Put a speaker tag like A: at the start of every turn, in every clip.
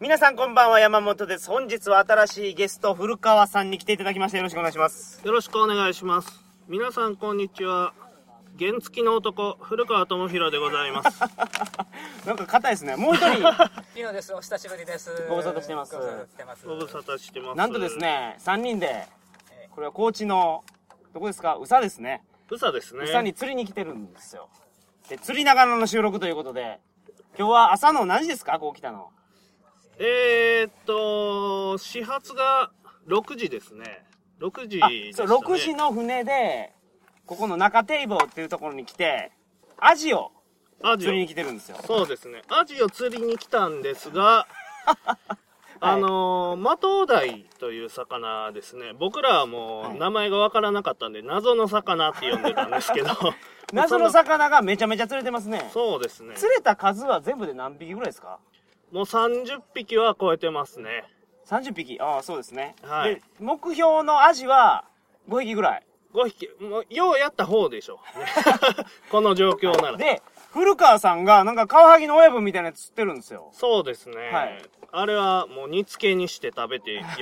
A: 皆さんこんばんは、山本です。本日は新しいゲスト、古川さんに来ていただきました。よろしくお願いします。
B: よろしくお願いします。皆さんこんにちは。原付きの男、古川智弘でござい ます。
A: なんか硬いですね。もう一 人、
C: ピノです。お久しぶりです。
A: ご無沙汰してます
C: ご無沙汰してます。
B: ご無沙汰してます。
A: なんとです。ね、3人で、これは高知の、どこですか宇佐ですね。
B: うさですね。
A: 宇佐に釣りに来てるんですよ。で、釣り長野の収録ということで、今日は朝の何時ですかこう来たの。
B: えーっと、始発が6時ですね。6時
A: あ
B: で、した、
A: そう、
B: ね。
A: 6時。の船で、ここの中堤防っていうところに来て、アジを
B: アジ
A: 釣りに来
B: を。
A: てるんですよ。
B: そうですね。アジを釣りに来たんです が、あのー、マトウダイという魚ですね。僕らはも
A: は
B: う
A: い。
B: 名前がわからなかったんで、謎の魚って呼んでたんですけど
A: 謎の魚がめちゃめちゃ釣れてますね。
B: そうですね。
A: 釣れた数は全部で何匹ぐらいですか
B: もう30匹は超えてますね。
A: 30匹ああそうですね、
B: はい
A: で目標のアジは5匹ぐらい
B: 5匹、もう、ようやった方でし ょうね。この状況なら。
A: で古川さんがなんかカワハギの親分みたいなやつ釣ってるんですよ
B: そうですね。
A: はい
B: あれはもう煮付けにして食べて よし。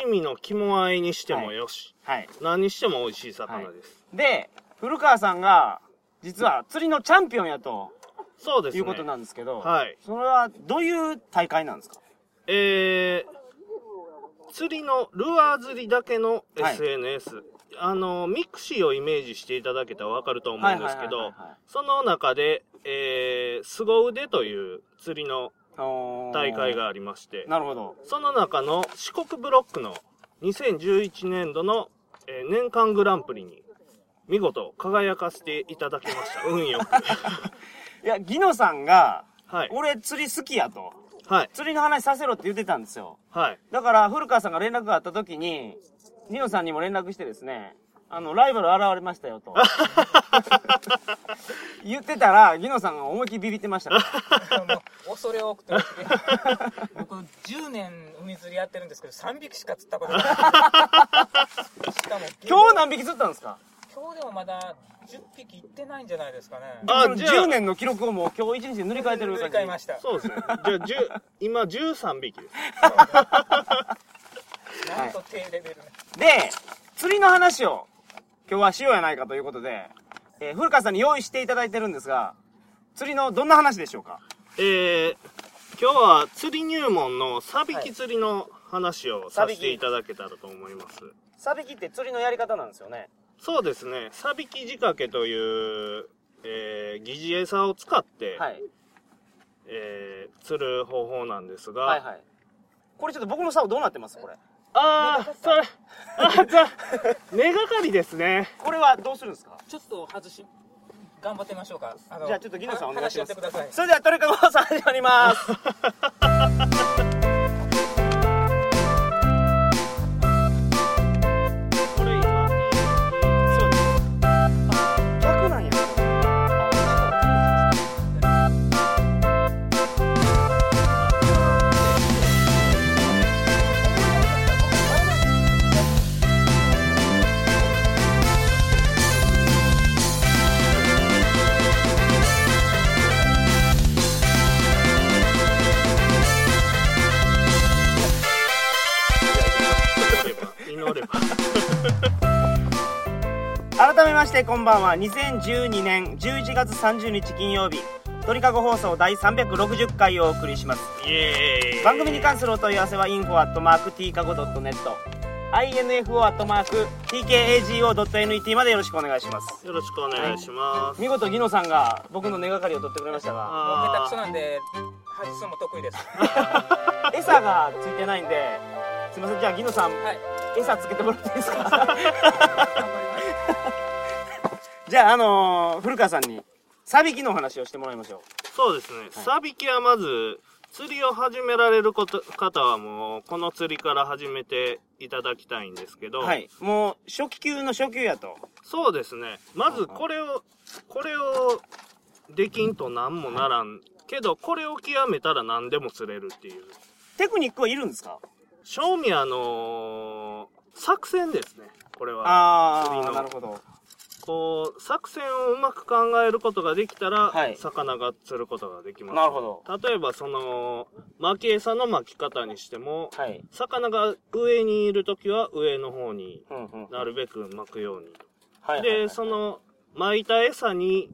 B: 刺身の肝和えにしてもよし。
A: はい
B: 何にしても美味しい魚です。
A: で古川さんが実は釣りのチャンピオンやと
B: そうです
A: い
B: ね。
A: うことなんですけど
B: はい
A: それはどういう大会なんですか
B: えー、釣りの、ルアー釣りだけの
A: はい
B: SNS。あの、ミクシーをイメージしていただけたらわかると思うんです
A: はいは
B: け
A: い
B: ど
A: はいはいはい、
B: その中で、えー、凄腕という釣りの大
A: 大
B: 会がありまして、
A: なるほど
B: その中の四国ブロックの2011年度の、えー年間グランプリに見事輝かせていただきました。運よく。
A: いやギノさんが、
B: はい。
A: 俺釣り好きやと
B: はい。
A: 釣りの話させろって言ってたんですよ
B: はい。
A: だから、古川さんが連絡があった時に、ニノさんにも連絡してですね、あの、ライバル現れましたよ と。言ってたら、ギノさんが思いっきりビビってま したから。
C: もう恐れ 多くて。僕、10年海釣りやってるんですけど、3匹しか釣った ことない。しかも、
A: 今日何匹釣ったんですか
C: 今日でもまだ10匹いってないんじゃないですかね。
B: あ
A: その
B: じゃあ
A: ?10 年の記録をもう今日1日で塗り替えてる
C: 塗
A: 感
C: り替え
A: じ
C: ま。した。
B: そうです ね。じゃあ、十今13匹です。
C: なんと低レベル。
A: で、釣りの話を今日はしようやないかということで、えー古川さんに用意していただいてるんですが、釣りのどんな話でしょうか
B: えー、今日は釣り入門のサビキ釣りの話をさせていただけたらと思います。
A: サビキって釣りのやり方なんですよね。
B: そうですね。サビキ仕掛けという、えー、疑似餌を使って、
A: はい。
B: えー、釣る方法なんですが、
A: はいはい。これちょっと僕の竿どうなってますこれ。
B: ああ、それ、あじゃあ、根がかりですね。
A: これはどうするんですか
C: ちょっと外し、頑張ってみましょうか。あの
A: じゃあちょっとギノさんお願いします
C: 話をやってください。
A: それではトリカゴ放送始まります
B: これ今、
A: 逆なんや
B: 祈れば。
A: 改めましてこんばんは2012年11月30日金曜日トリカゴ放送第360回をお送りします
B: イエーイ。
A: 番組に関するお問い合わせは info at mark tkago.net info at mark tkago.net までよろしくお願いします
B: よろしくお願いします。
A: 見事ギノさんが僕の根がかりを取ってくれましたが
C: も
B: あ
C: う下手くそなんで、外すのも得意です。
A: 餌がついてないんですいませんじゃあギノさん
C: はい。
A: 餌つけてもらっていいですか
C: 頑張ります。
A: じゃああのー、古川さんにサビキのお話をしてもらいましょう
B: ーそうですね。サビキはまず、釣りを始められること方はもう、この釣りから始めていただきたいんですけど、
A: はい。もう、初期級の初級やと。
B: そうですね。まずこれを、これをできんと何もならん。けど、これを極めたら何でも釣れるっていう。
A: テクニックはいるんですか
B: 正味あのー作戦ですね。これは。
A: あ
B: 釣り
A: あ、
B: の
A: なるほど。
B: こう作戦をうまく考えることができたら、
A: はい
B: 魚が釣ることができます
A: なるほど。
B: 例えばその巻き餌の巻き方にしても、
A: はい。
B: 魚が上にいる時は上の方に
A: うんうん。
B: なるべく巻くように、
A: はいはいは
B: で
A: い
B: そ、の巻いた餌に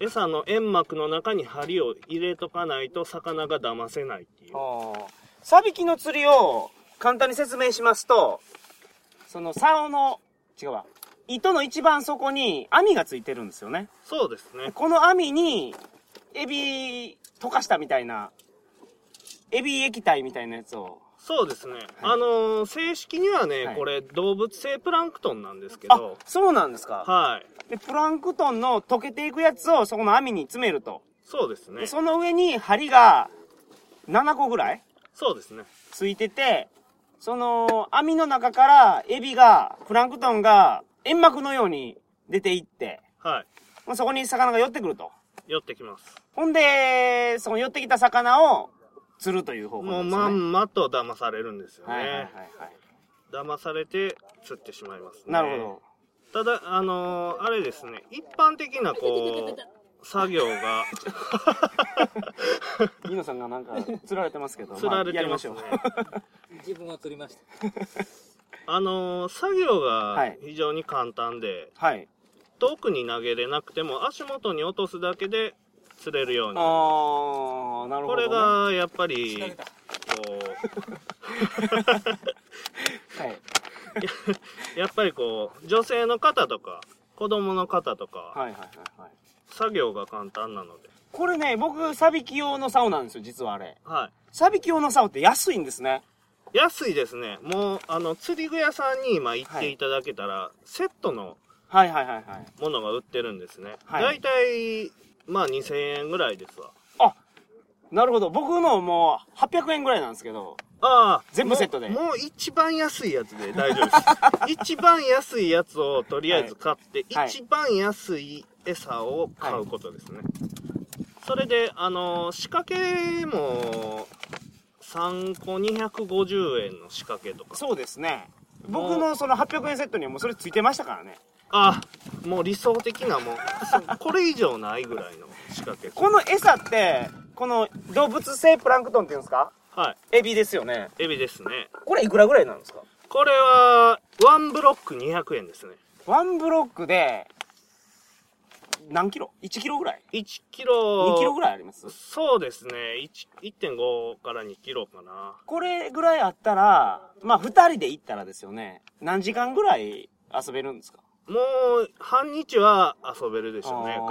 B: 餌の煙幕の中に針を入れとかないと魚が騙せないっていう
A: ああ。サビキの釣りを簡単に説明しますと、その竿の、違うわ。糸の一番底に網がついてるんですよね。
B: そうですね
A: この網に、エビ溶かしたみたいな、エビ液体みたいなやつを。
B: そうですね、あのー正式にはね、
A: はい
B: これ動物性プランクトンなんですけ
A: あ
B: ど、
A: そうなんですか。
B: はい
A: で、プランクトンの溶けていくやつをそこの網に詰めると。
B: そうです
A: で
B: ねそ
A: その上に針が7個ぐらいう
B: ですね
A: ついてて、その網の中からエビが、プランクトンが煙幕のように出ていって、
B: は
A: まあそこに魚が寄ってくると。
B: い寄ってきます
A: ほんで、その寄ってきた魚を釣るという方法
B: も
A: な
B: うん
A: です
B: ま
A: ね。
B: んまと騙されるんですよね、
A: はいはいはいはい。
B: 騙されて釣ってしまいます、ね、
A: なるほ
B: ただあのーあれですね一般的なこう作業が
A: ど。ニノさんがなんか釣られてますけど、
B: 釣られ
A: あや
B: て
A: り
B: ま
A: まし
B: す
A: ょ
B: ね
A: う。
C: 自分は釣りました。
B: あのー作業
A: は
B: が
A: い
B: 非常に簡単で、
A: はい。
B: 遠くに投げれなくても足元に落とすだけで釣れるように
A: あー、なるほど、ね。
B: これ、
A: は
B: がやっぱ
C: 仕
B: り
C: 掛けた。
B: こ
A: い。
B: うやっぱりこう女性の方とか子供の方とか
A: はいはいはいはい。
B: 作業が簡単なので
A: これね、僕、サビキ用の竿なんですよ、実はあれ。
B: は
A: サビキ用の竿って安いんですね。
B: い安いですねもうあの釣り具屋さんに今行っていただけたら、セットの
A: はいはいはいはい。
B: ものが売ってるんですね、
A: はい
B: 大体まあ2000円ぐらいですわ
A: あ、なるほど。僕のもう、800円ぐらいなんですけど。
B: ああ
A: 全部セットで
B: もうもう一番安いやつで大 丈夫です一番安いやつをとりあえず買って、
A: はい
B: 一番安い餌を買うことですね、それであのー仕掛けも3個250円の仕掛けとか
A: そうですね。
B: もう
A: 僕のその800円セットにはもうそれついてましたからね。
B: あもう理想的なもうそうこれ以上ないぐらいの仕掛け
A: この餌って、この動物性プランクトンっていうんですか
B: は
A: エビですよね。
B: いエビですね
A: これいくらぐらいなんですか
B: これはワンブロック200円ですね
A: ワンブロックで、何キロ ?1 キロぐらい
B: 1キロ
A: ?2 キロぐらいあります
B: そうですね。1 1.5から2キロかな。
A: これぐらいあったら、まあ二人で行ったらですよね。何時間ぐらい遊べるんですか
B: もう、半日は遊べるでしょうね、軽く。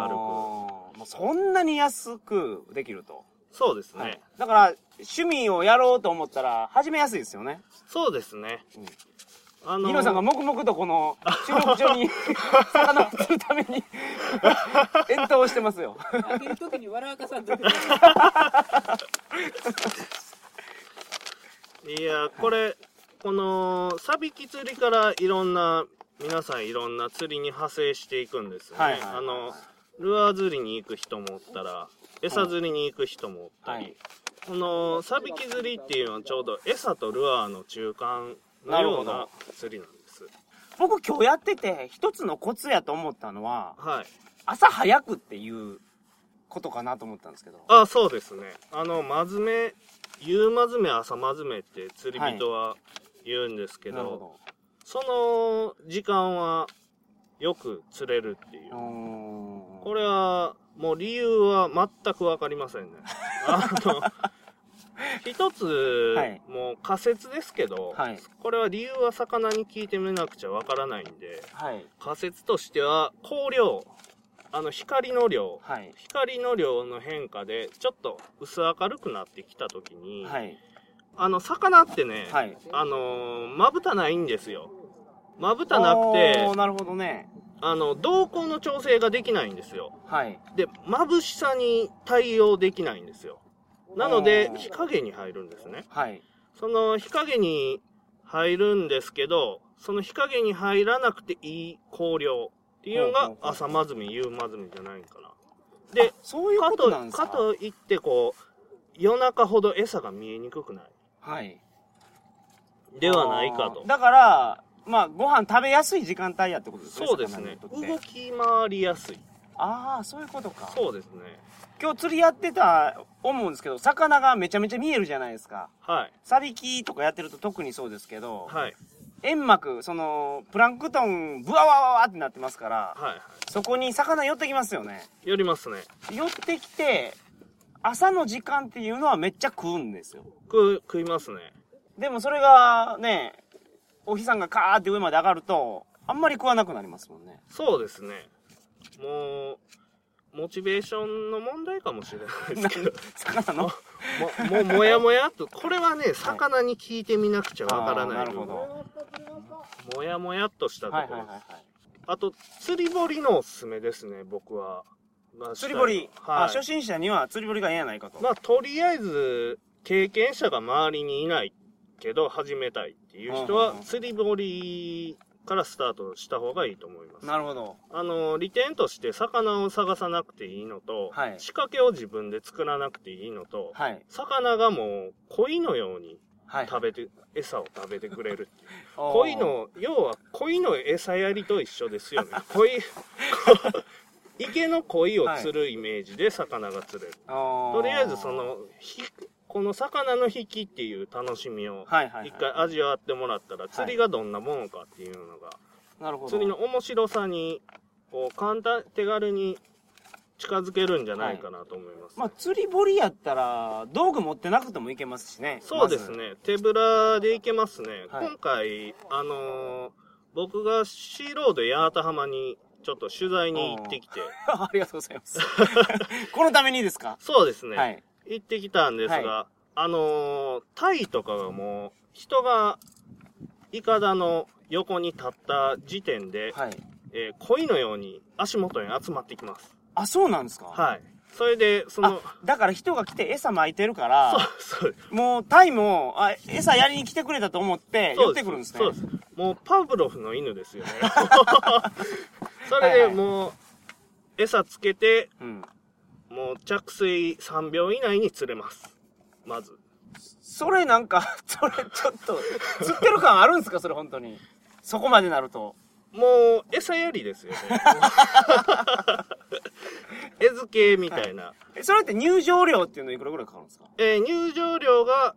A: 軽く。そんなに安くできると。
B: そうですね。
A: はいだから、趣味をやろうと思ったら、始めやすいですよね。
B: そうですね。
A: うん
B: あ
A: ニノさんが黙々とこの、収録中 に、魚を釣るために、遠投してますよ。
C: 開けるときに笑わかさんといてください。
B: いや、これ、この、サビキ釣りからいろんな、皆さんいろんな釣りに派生していくんですよね。
A: はいはいはいはい
B: あの、ルアー釣りに行く人もおったら、餌釣りに行く人もおったり、
A: はい
B: この、サビキ釣りっていうのはちょうど餌とルアーの中間のよう
A: なる
B: な
A: ほ
B: 釣りなんです。
A: 僕今日やってて、一つのコツやと思ったのは、
B: はい。
A: 朝早くっていうことかなと思ったんですけど。
B: あ、そうですね。あの、まずめ、夕まずめ、朝まずめって釣り人は言うんですけど、
A: なるほ
B: その時間はよく釣れるってい
A: ど。
B: う。
A: うーん
B: これは、もう理由は全くわかりま せんね。あの、一つ、
A: はい
B: もう仮説ですけど、
A: はい
B: これは理由は魚に聞いてみなくちゃわからないんで、
A: はい。
B: 仮説としては、光量、あの、光の量、
A: はい。
B: 光の量の変化でちょっと薄明るくなってきた時に、
A: はい。
B: あの魚ってね、
A: はい。
B: あのーまぶたないんですよまぶたなくて
A: おーなるほどね。
B: あの瞳孔の調整ができないんですよ
A: はい。
B: で眩しさに対応できないんですよなので
A: おー
B: 日陰に入るんですね
A: はい。
B: その日陰に入るんですけどその日陰に入らなくていい光量っていうの
A: ほ
B: が
A: うほうほう
B: 朝まずみ夕まずみじゃないんかなで
A: そういう
B: か
A: ことなんです
B: と
A: か
B: かといってこう夜中ほど餌が見えにくくない
A: はい。
B: ではないかと
A: だから、まあ、ご飯食べやすい時間帯やってことですね。
B: そうです
A: 魚
B: ね
A: にと
B: 動
A: って
B: き回りやすい
A: ああ、そういうことか。
B: そうですね
A: 今日釣りやってた、思うんですけど、魚がめちゃめちゃ見えるじゃないですか。
B: はい
A: サビキとかやってると特にそうですけど、
B: はい
A: 煙幕、その、プランクトン、ブワワワワってなってますから、
B: はいは
A: そこに魚寄ってきますよね。
B: い寄りますね
A: 寄ってきて、朝の時間っていうのはめっちゃ食うんですよ。
B: 食う食いますね
A: でもそれがね、お日さんがカーって上まで上がると、あんまり食わなくなりますもんね。
B: そうですねもうモチベーションの問題かもしれないですけ ど
A: 魚の。
B: ももうもやもやっとこれはね魚に聞いてみなくちゃわからな
A: あーないるほど。
B: もやもやっとしたとこ
A: は
B: ろ、
A: いはいはいはい。
B: あと釣り堀のおすすめですね僕は、まあ
A: 釣り堀、
B: はい
A: あ、初心者には釣り堀がええやないかと。
B: まあとりあえず経験者が周りにいないけど始めたいっていう人
A: うん
B: は
A: うんうん
B: 釣り堀からスタートした方がいいと思います
A: なるほど。
B: あの利点として魚を探さなくていいのと、
A: はい
B: 仕掛けを自分で作らなくていいのと、
A: はい。
B: 魚がもう鯉のように
A: はい。
B: 食べて、餌を食べてくれるっていう
A: おー
B: 鯉。の要は鯉の餌やりと一緒ですよ ね鯉 池の鯉を釣るイメージで魚が釣れる、と
A: と
B: りあえずそ、のひこの魚の引きっていう楽しみを
A: はいはい、はい。
B: 一回味わってもらったら釣りがどんなものかっていうのが、
A: なるほど。
B: 釣りの面白さにこう簡単手軽に近づけるんじゃないかなと思います、
A: まあ、釣り堀やったら、道具持ってなくてもいけますしね。
B: そうですね、手ぶらでいけますね、
A: はい
B: 今回あのー僕がシーロード八幡浜にちょっと取材に行ってきて
A: まず。 ありがとうございます。 このためにですか、
B: そうですね、
A: はい。
B: 行ってきたんですが、
A: は
B: あのータイとかがもう人がイカダの横に立った時点で、
A: はい。
B: えー鯉のように足元に集まってきます
A: あ、そうなんですか
B: はいそれでその
A: あ、だから人が来て餌巻いてるから、
B: そうそう
A: もうタイも、あ、餌やりに来てくれたと思って、
B: そ
A: 寄
B: う
A: ってくるんですね。
B: そうです。もうパブロフの犬です よね。それでもう、餌つけて、
A: うん。
B: もう着水3秒以内に釣れます。まず。
A: それなんか、 それちょっと、釣ってる感あるんですかそれ本当に。そこまでなると。
B: もう、餌やりですよ ね。餌付けみたいな。
A: えそれって入場料っていうのいくらぐらいかかるんですか
B: えー入場料が、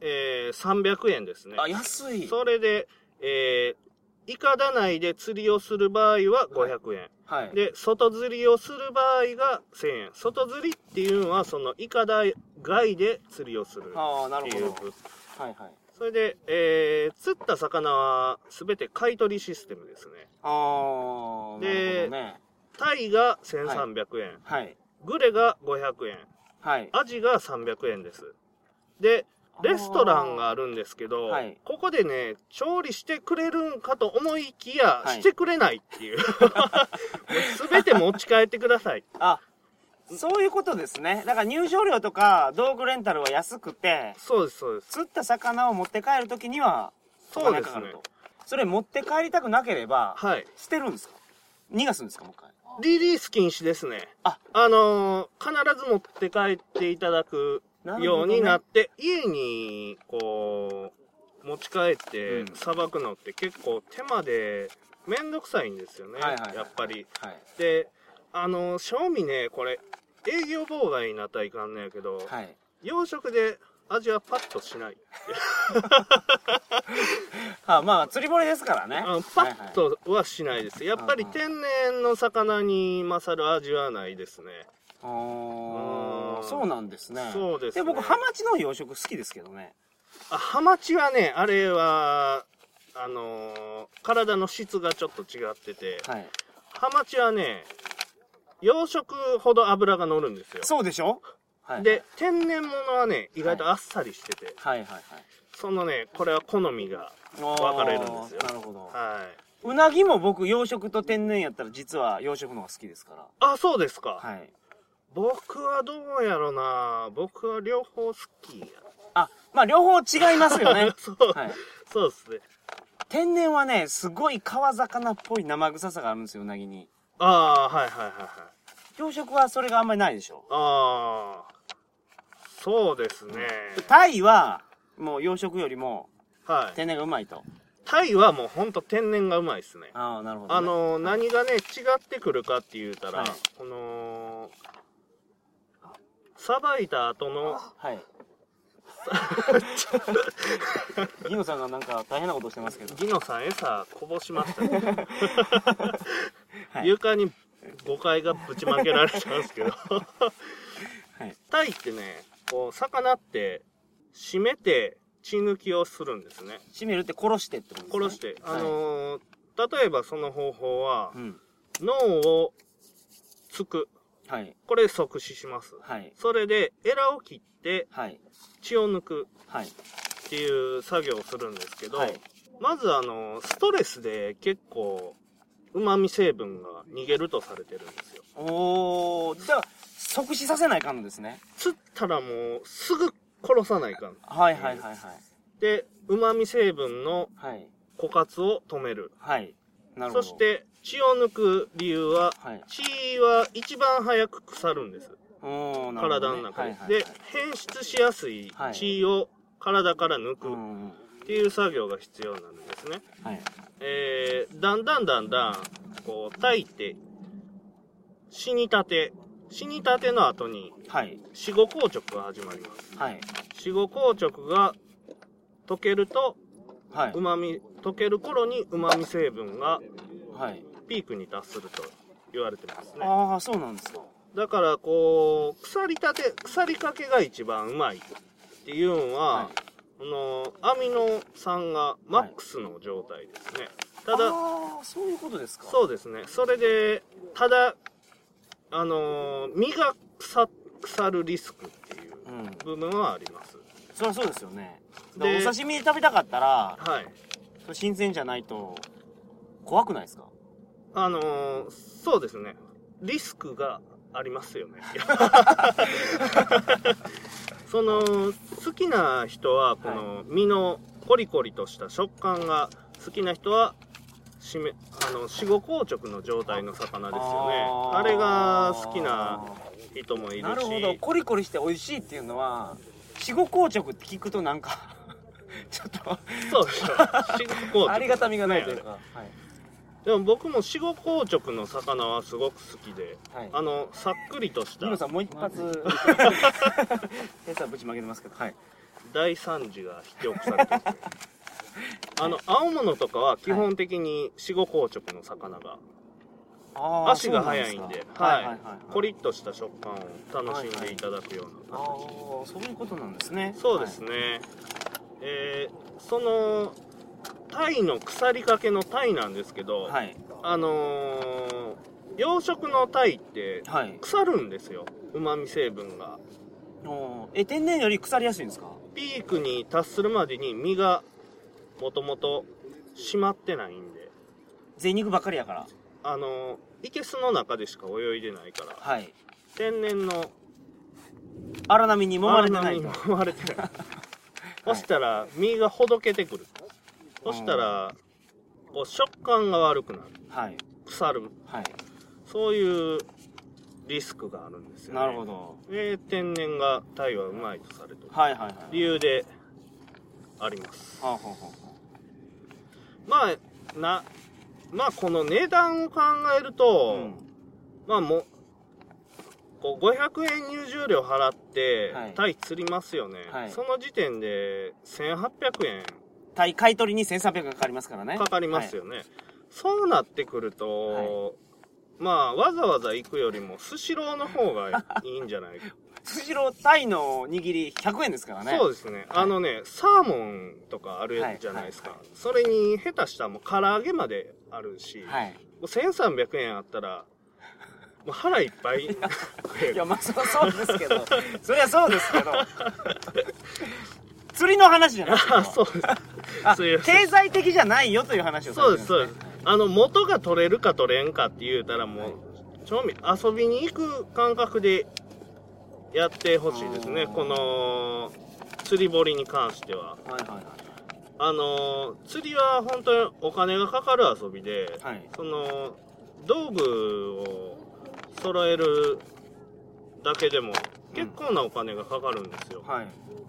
B: えー300円ですね。
A: あ、安い。
B: それで、えー、イカダ内で釣りをする場合は500円。
A: はい。
B: で、外釣りをする場合が1000円。外釣りっていうのは、その、イカダ外で釣りをするっ
A: ああ、な
B: て
A: る
B: い
A: ほ
B: う
A: ど
B: 部。分。
A: はいはい。
B: それで、えー、釣った魚は、すべて買い取りシステムですね。
A: ああ、なる
B: で
A: ほどね。
B: タイが1300円、
A: はい。
B: グレが500円、
A: はい。
B: アジが300円です。で、レストランがあるんですけど、
A: はい
B: ここでね、調理してくれるんかと思いきや、
A: はい
B: してくれないっ ていう。すべて持ち帰ってください。
A: あ、そういうことですね。だから入場料とか道具レンタルは安くて、
B: そうです、そうです。
A: 釣った魚を持って帰るときには、お
B: そう
A: 金
B: で
A: か
B: す
A: かる
B: ね
A: と。。それ持って帰りたくなければ、
B: はい。
A: 捨てるんですか逃がすんですかもう一回。
B: リリース禁止ですね。
A: あ
B: あのー必ず持って帰っていただく
A: なるほどね
B: ようになって、家に、こう、持ち帰って
A: うん
B: さばくのって結構手間でめんどくさいんですよね。
A: はいはいはいはい
B: やっぱり。
A: はい。
B: で、あのー正味ね、これ、営業妨害になったらいかんねやけど、
A: はい。
B: 養殖で味はパッとしない。
A: あ、まあ、釣り堀ですからね。
B: あのパ
A: はいは
B: ッ
A: い
B: とはしないです。やっぱり天然の魚に勝る味はないですね。
A: あー
B: うん
A: そうなんですね。
B: そうですね
A: で、僕、ハマチの養殖好きですけどね。
B: あハマチはねあれはあのー体の質がちょっと違ってて、
A: はい。
B: ハマチはね養殖ほど脂が乗るんですよ、
A: そうでしょはい。
B: で天然物はね意外とあっさりしてて、
A: はいはいはい。
B: そのねこれは好みが分かれるんですよ
A: あーなるほど。
B: はいう
A: なぎも僕、養殖と天然やったら実は養殖の方が好きですから。
B: あそうですか、
A: はい。
B: 僕はどうやろな僕は両方好きや。
A: あ、まあ、両方違いますよね
B: そう、
A: はい。
B: そうですね
A: 天然はね、すごい川魚っぽい生臭さがあるんですよ、うなぎに。
B: ああはいはいはいはい
A: 養殖はそれがあんまりないでしょ。
B: ああそうですね、
A: タイは、もう養殖よりも
B: はい
A: 天然がうまいと。
B: タタイはもうほんと天然がうまいですね
A: ああ、なるほど、ね。
B: あ、のー何がね違ってくるかって言うたら、
A: はい
B: このさばいた後の
A: はい。ギノさんがなんか大変なことしてますけど。
B: ギノさん餌こぼしましたね、
A: はい
B: 床に誤解がぶちまけられちゃう んですけど、
A: い
B: タイってねこう魚って締めて血抜きをするんですね
A: 締めるって殺してってことですね。
B: 殺して、あ
A: はい
B: のー例えばその方法は
A: うん。
B: 脳をつく
A: はい。
B: これ即死します
A: はい。
B: それでエラを切って
A: はい。
B: 血を抜く
A: はい。
B: っていう作業をするんですけど、
A: はい。
B: まずあのストレスで結構旨味成分が逃げるとされてるんですよ
A: おー、じゃあ、即死させないかんのですね。
B: 釣ったらもうすぐ殺さないかん
A: はいはいはいはい。
B: で旨味成分の
A: はい。
B: 枯渇を止める
A: はい。なるほ
B: そ
A: ど。
B: し、て血を抜く理由は
A: はい。
B: 血は一番早く腐るんです
A: うーん、なるほ
B: 体
A: ど
B: の
A: ね、
B: 中で、
A: はいはいはい
B: で変質しやすい
A: はい
B: 血を体から抜
A: う
B: くっ
A: んうん。
B: ていう作業が必要なんですね、
A: はい。
B: えー、だんだんだんだん、こう、炊いて、死にたて、死にたての後に
A: はい。
B: 死後硬直が始まります。
A: はい。
B: 死後硬直が溶けると、
A: はい。
B: 旨味、溶ける頃に旨味成分が
A: はい。
B: ピークに達すると言われてますね。
A: ああ、そうなんですか。
B: だから、こう、腐りたて、腐りかけが一番うまいっていうのは、
A: はい
B: この、アミノ酸がマックスの状態ですね。ただ、
A: ああ、そういうことですか。
B: そうですね。それで、ただ、あのー実が腐腐るリスクっていう
A: う。うん。
B: 部分はあります。
A: そりゃそうですよね。だからお
B: で
A: 刺身で食べたかったら、
B: はい。
A: 新鮮じゃないと、怖くないですか
B: あのーそうですね。リスクがありますよね。 その、好きな人は、この実のコリコリとした食感が好きな人は、しめあの死後硬直の状態の魚ですよねあれが好きな人もいるし
A: なるほどコリコリして美味しいっていうのは死後硬直って聞くとなんか ちょっと
B: そうでしょ。死後硬直。
A: ありがたみがないというか、
B: でも僕も死後硬直の魚はすごく好きで、
A: はいは
B: あの、さっくりとし
A: い、ニノ
B: た
A: さんもう一 発餌ぶちまけてますけどはい
B: 大惨事が引き起こさ れてますねあの、青物とかは基本的に死後硬直の魚が、
A: あ
B: 足が速いんで、
A: はいはいはい
B: コリッとした食感を楽しんでいただくよう
A: あ
B: な
A: あ
B: 形。
A: そういうことなんですね
B: そうですね。えー、その、タイの腐りかけのタイなんですけど、
A: はい
B: あのー養殖のタイって
A: はい、はい、
B: 腐るんですよ旨味成分が
A: おーえ天然より腐りやすいんですか
B: ピークに達するまでに身がもともと締まってないんで
A: 贅肉ばっかりやから
B: あのいけすの中でしか泳いでないから
A: はい
B: 天然の
A: 荒波に揉まれてない
B: に
A: と
B: 揉まれ てないそしたら身がほどけてくるそしたらこう食感が悪くなる
A: はい
B: 腐る
A: はい
B: そういうリスクがあるんですよ、ね、
A: なるほど
B: で天然がタイはうまいとされてる
A: はいはいはい
B: 理由であります
A: はあはあはあ
B: まあなまあこの値段を考えると、まあもうこう500円入場料払って、
A: はい
B: タイ釣りますよね、
A: はい
B: その時点で1800円
A: 対買い取りに1300がかかりますからね
B: かかります
A: よ、
B: よね、そうなってくると、まあわざわざ行くよりもスシローの方がいいんじゃ ないか、
A: スシロータイの握り100円ですからね
B: そう
A: う
B: ですね、あのねサーモンとかあるじゃないですか、
A: はいは
B: それに下手したらもう唐揚げまであるし、
A: はい
B: もう1300円あったら、もう腹いっぱい食え
A: い
B: る
A: や。まあそりゃそうですけどそりゃそうですけど釣りの話じゃないです
B: あ、そうです。
A: あ
B: そういう
A: 経済的じゃないよという話を
B: そうです、
A: さ
B: そう
A: れ
B: で
A: て
B: す
A: るん。
B: あの、元が取れるか取れんかって言うたらもう、調味、遊びに行く感覚でやってほしいですね。
A: うん
B: この、釣り堀に関しては。
A: ねはいはい
B: あの、釣りは本当にお金がかかる遊びで、
A: はいはい
B: その、道具を揃えるだけでも結構なお金がかかるんですよ。
A: はい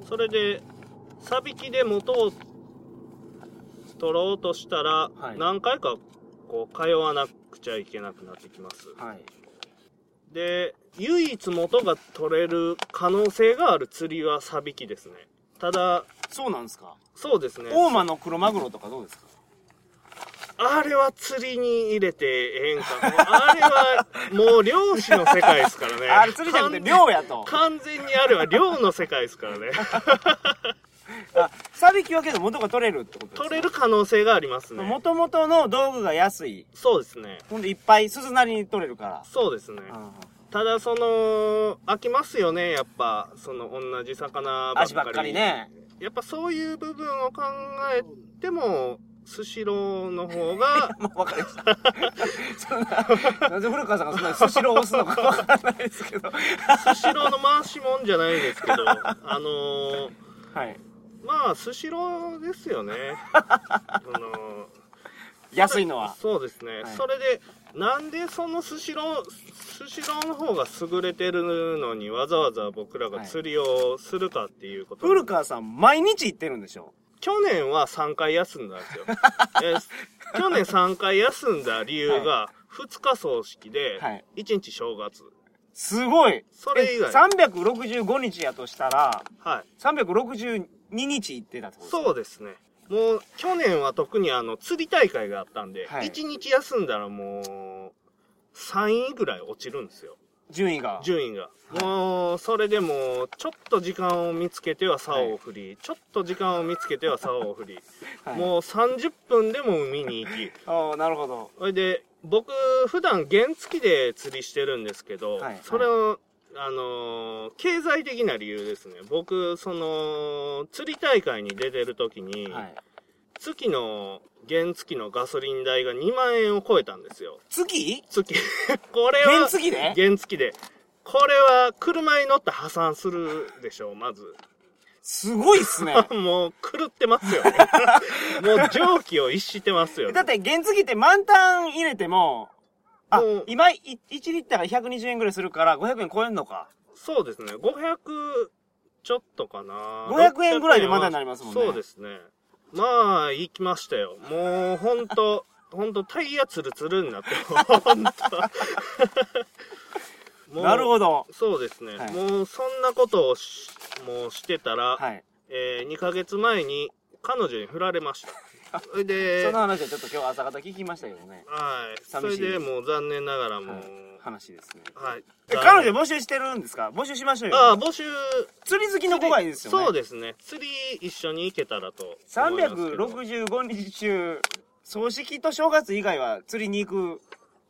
B: それで、サビキで元を取ろうとしたら
A: はい
B: 何回かこう通わなくちゃいけなくなってきます、
A: はい。
B: で唯一元が取れる可能性がある釣りはサビキですねただ
A: そうなんですか。
B: そうですね
A: 大間のクロマグロとかどうですか
B: あれは釣りに入れてええんかもうあれはもう漁師の世界ですからね
A: あれ釣りじゃなくて漁やと。
B: 完全にあれは漁の世界ですからね
A: あ、サビキはけど元が取れるってことですか
B: 取れる可能性がありますね
A: もともとの道具が安い。
B: そうですね
A: ほんでいっぱい鈴なりに取れるから。
B: そうです
A: う
B: ね
A: ん
B: ただその飽きますよねやっぱその同じ魚ばっ
A: 足ば
B: か
A: っ
B: り
A: かりね。
B: やっぱそういう部分を考えてもスシローの方が
A: もうわ かりました。そんな、なぜ古川さんがそんなにスシローを押すのかわからないですけど。
B: スシローの回しもんじゃないですけ どあのー
A: はい。
B: まあスシローです よねあのー
A: 安いのは。
B: そうですね、
A: はい
B: それでなんでそのスシロースシローの方が優れてるのにわざわざ僕らが釣りをするかっていうこと、
A: 古川さん、毎日行ってるんでしょ
B: 去年は3回休んだんで すよ。えー去年3回休んだ理由が、2日葬式で
A: はい、
B: 1日正月。
A: すごい。
B: それ以外
A: え365日やとしたら、
B: はい。
A: 362日行ってたってこと
B: そうですね。もう、去年は特にあの、釣り大会があったんで、
A: はい
B: 1日休んだらもう、3位ぐらい落ちるんですよ。
A: 順位が。
B: 順位が。もう、それでもう、ちょっと時間を見つけては竿を振り、ちょっと時間を見つけては竿を振り、
A: はい
B: もう30分でも海に行き、
A: ああ、なるほど。
B: それで僕普段原付きで釣りしてるんですけど、
A: はい
B: それをあのー経済的な理由ですね僕その釣り大会に出てる時に、
A: はい。
B: 月の原付きのガソリン代が2万円を超えたんですよ
A: 月
B: 月 これは
A: 原付きで
B: 原付きでこれは車に乗って破産するでしょうまず
A: すごいっ すね。
B: もう狂ってま すよねもう常軌を逸してますよね
A: だって原付って満タン入れても、あ
B: もう、
A: 今い1リッターが120円ぐらいするから500円超えんのか。
B: そうですね。500ちょっとかな。
A: 500円ぐらいでまだになりますもんね
B: そうですね。まあ、行きましたよ。もう、ほんと、 ほんと、タイヤツルツルになって、ほんと。も う
A: なるほど。
B: そうですね。
A: はい
B: もう、そんなことをし、もうしてたら、
A: はい。
B: えー、2ヶ月前に、彼女に振られ ました。それ
A: そ
B: で
A: の、話はちょっと今日朝方聞きましたけどね。
B: はい。そ
A: 寂し
B: れ
A: い
B: でもう、残念ながらも
A: は
B: う、はいい。。
A: 話ですね。え
B: 残念
A: 彼女募集してるんですか募集しましょう
B: ああ、
A: よ。
B: 募集
A: 釣り好きの子がいいですよね。
B: そうですね。釣り一緒に行けたらと思いますけど。
A: 365日中、葬式と正月以外は釣りに行く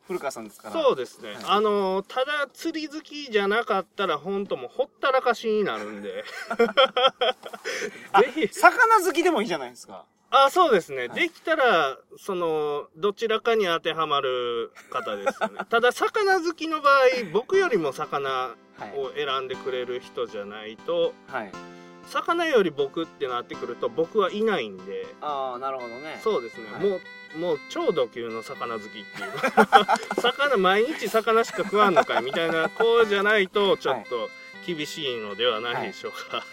A: 古川さんですから。
B: そうですね。あのーただ釣り好きじゃなかったら、ほんともうほったらかしになるんで。
A: あ
B: ぜひ。
A: 魚好きでもいいじゃないですか。
B: あ、そうですね。
A: はい
B: できたら、その、どちらかに当てはまる方で すよね。ただ、魚好きの場合、僕よりも魚
A: はい。
B: を選んでくれる人じゃないと、
A: はい。
B: 魚より僕ってなってくると、僕はいないんで。
A: ああ、なるほどね。
B: そうですね、
A: はい
B: もうもう超ド級の魚好きっていう 魚毎日魚しか食わんのかいみたいな子じゃないとちょっと厳しいのではないでしょうか、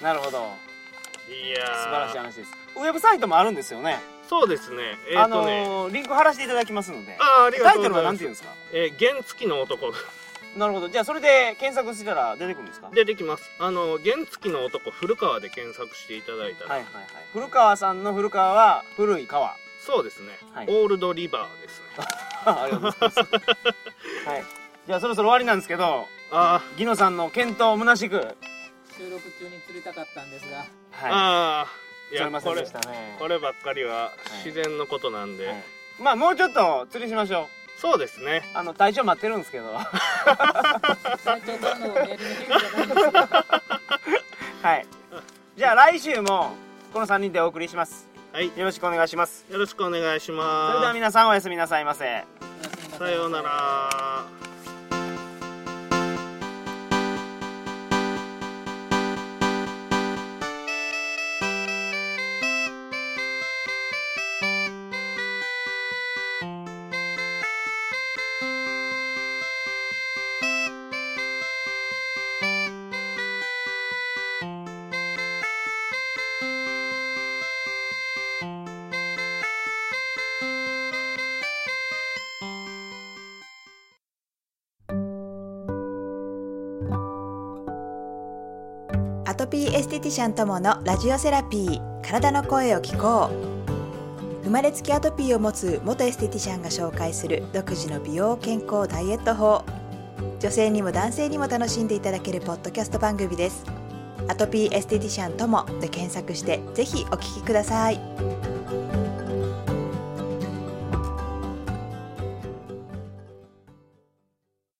A: なるほど。
B: い、やー
A: 素晴らしい話です。ウェブサイトもあるんですよね。
B: そうですねえっ、
A: あ
B: とね、
A: のー、リンク貼らせていただきますので。
B: あーありが
A: タ
B: と
A: イ
B: う
A: ト
B: ご
A: ル
B: ざ
A: はいな
B: ま
A: んて
B: す
A: 言うんですか
B: えー原付きの男 が
A: なるほど。じゃあ、それで検索したら出てくるんですか
B: 出てきますあの原付きの男古川で検索していただいたら、
A: はいはいはい。古川さんの古川は、古い 川。
B: そうですね、
A: はい
B: オールドリバーですね
A: ありがとうございます。はい。じゃあ、そろそろ終わりなんですけど、
B: あ
A: ギノさんの検討虚しく、はい。
C: 収録中に釣りたかったんですが
B: ー、あーい
A: ちゃい
B: や
A: ませ
B: こ
A: ん
B: れ
A: でしたね。
B: こればっかりは自然のことなんで、
A: はいまあ、もうちょっと釣りしましょう。
B: そうですね
A: あの、体調待ってるんですけど。 は
C: 体調からのメールの返事じゃないんですが
A: い。じゃあ、来週も、この3人でお送りします。
B: はい
A: よろしくお願いします。
B: よろしくお願いし
A: それでは
B: ま
A: 皆さんおやすみなさいませ。
C: おやすみな
B: す。さようなら。
D: アトピーエステティシャンとものラジオセラピー体の声を聞こう生まれつきアトピーを持つ元エステティシャンが紹介する独自の美容健康ダイエット法女性にも男性にも楽しんでいただけるポッドキャスト番組ですアトピーエステティシャンともで検索してぜひお聞きください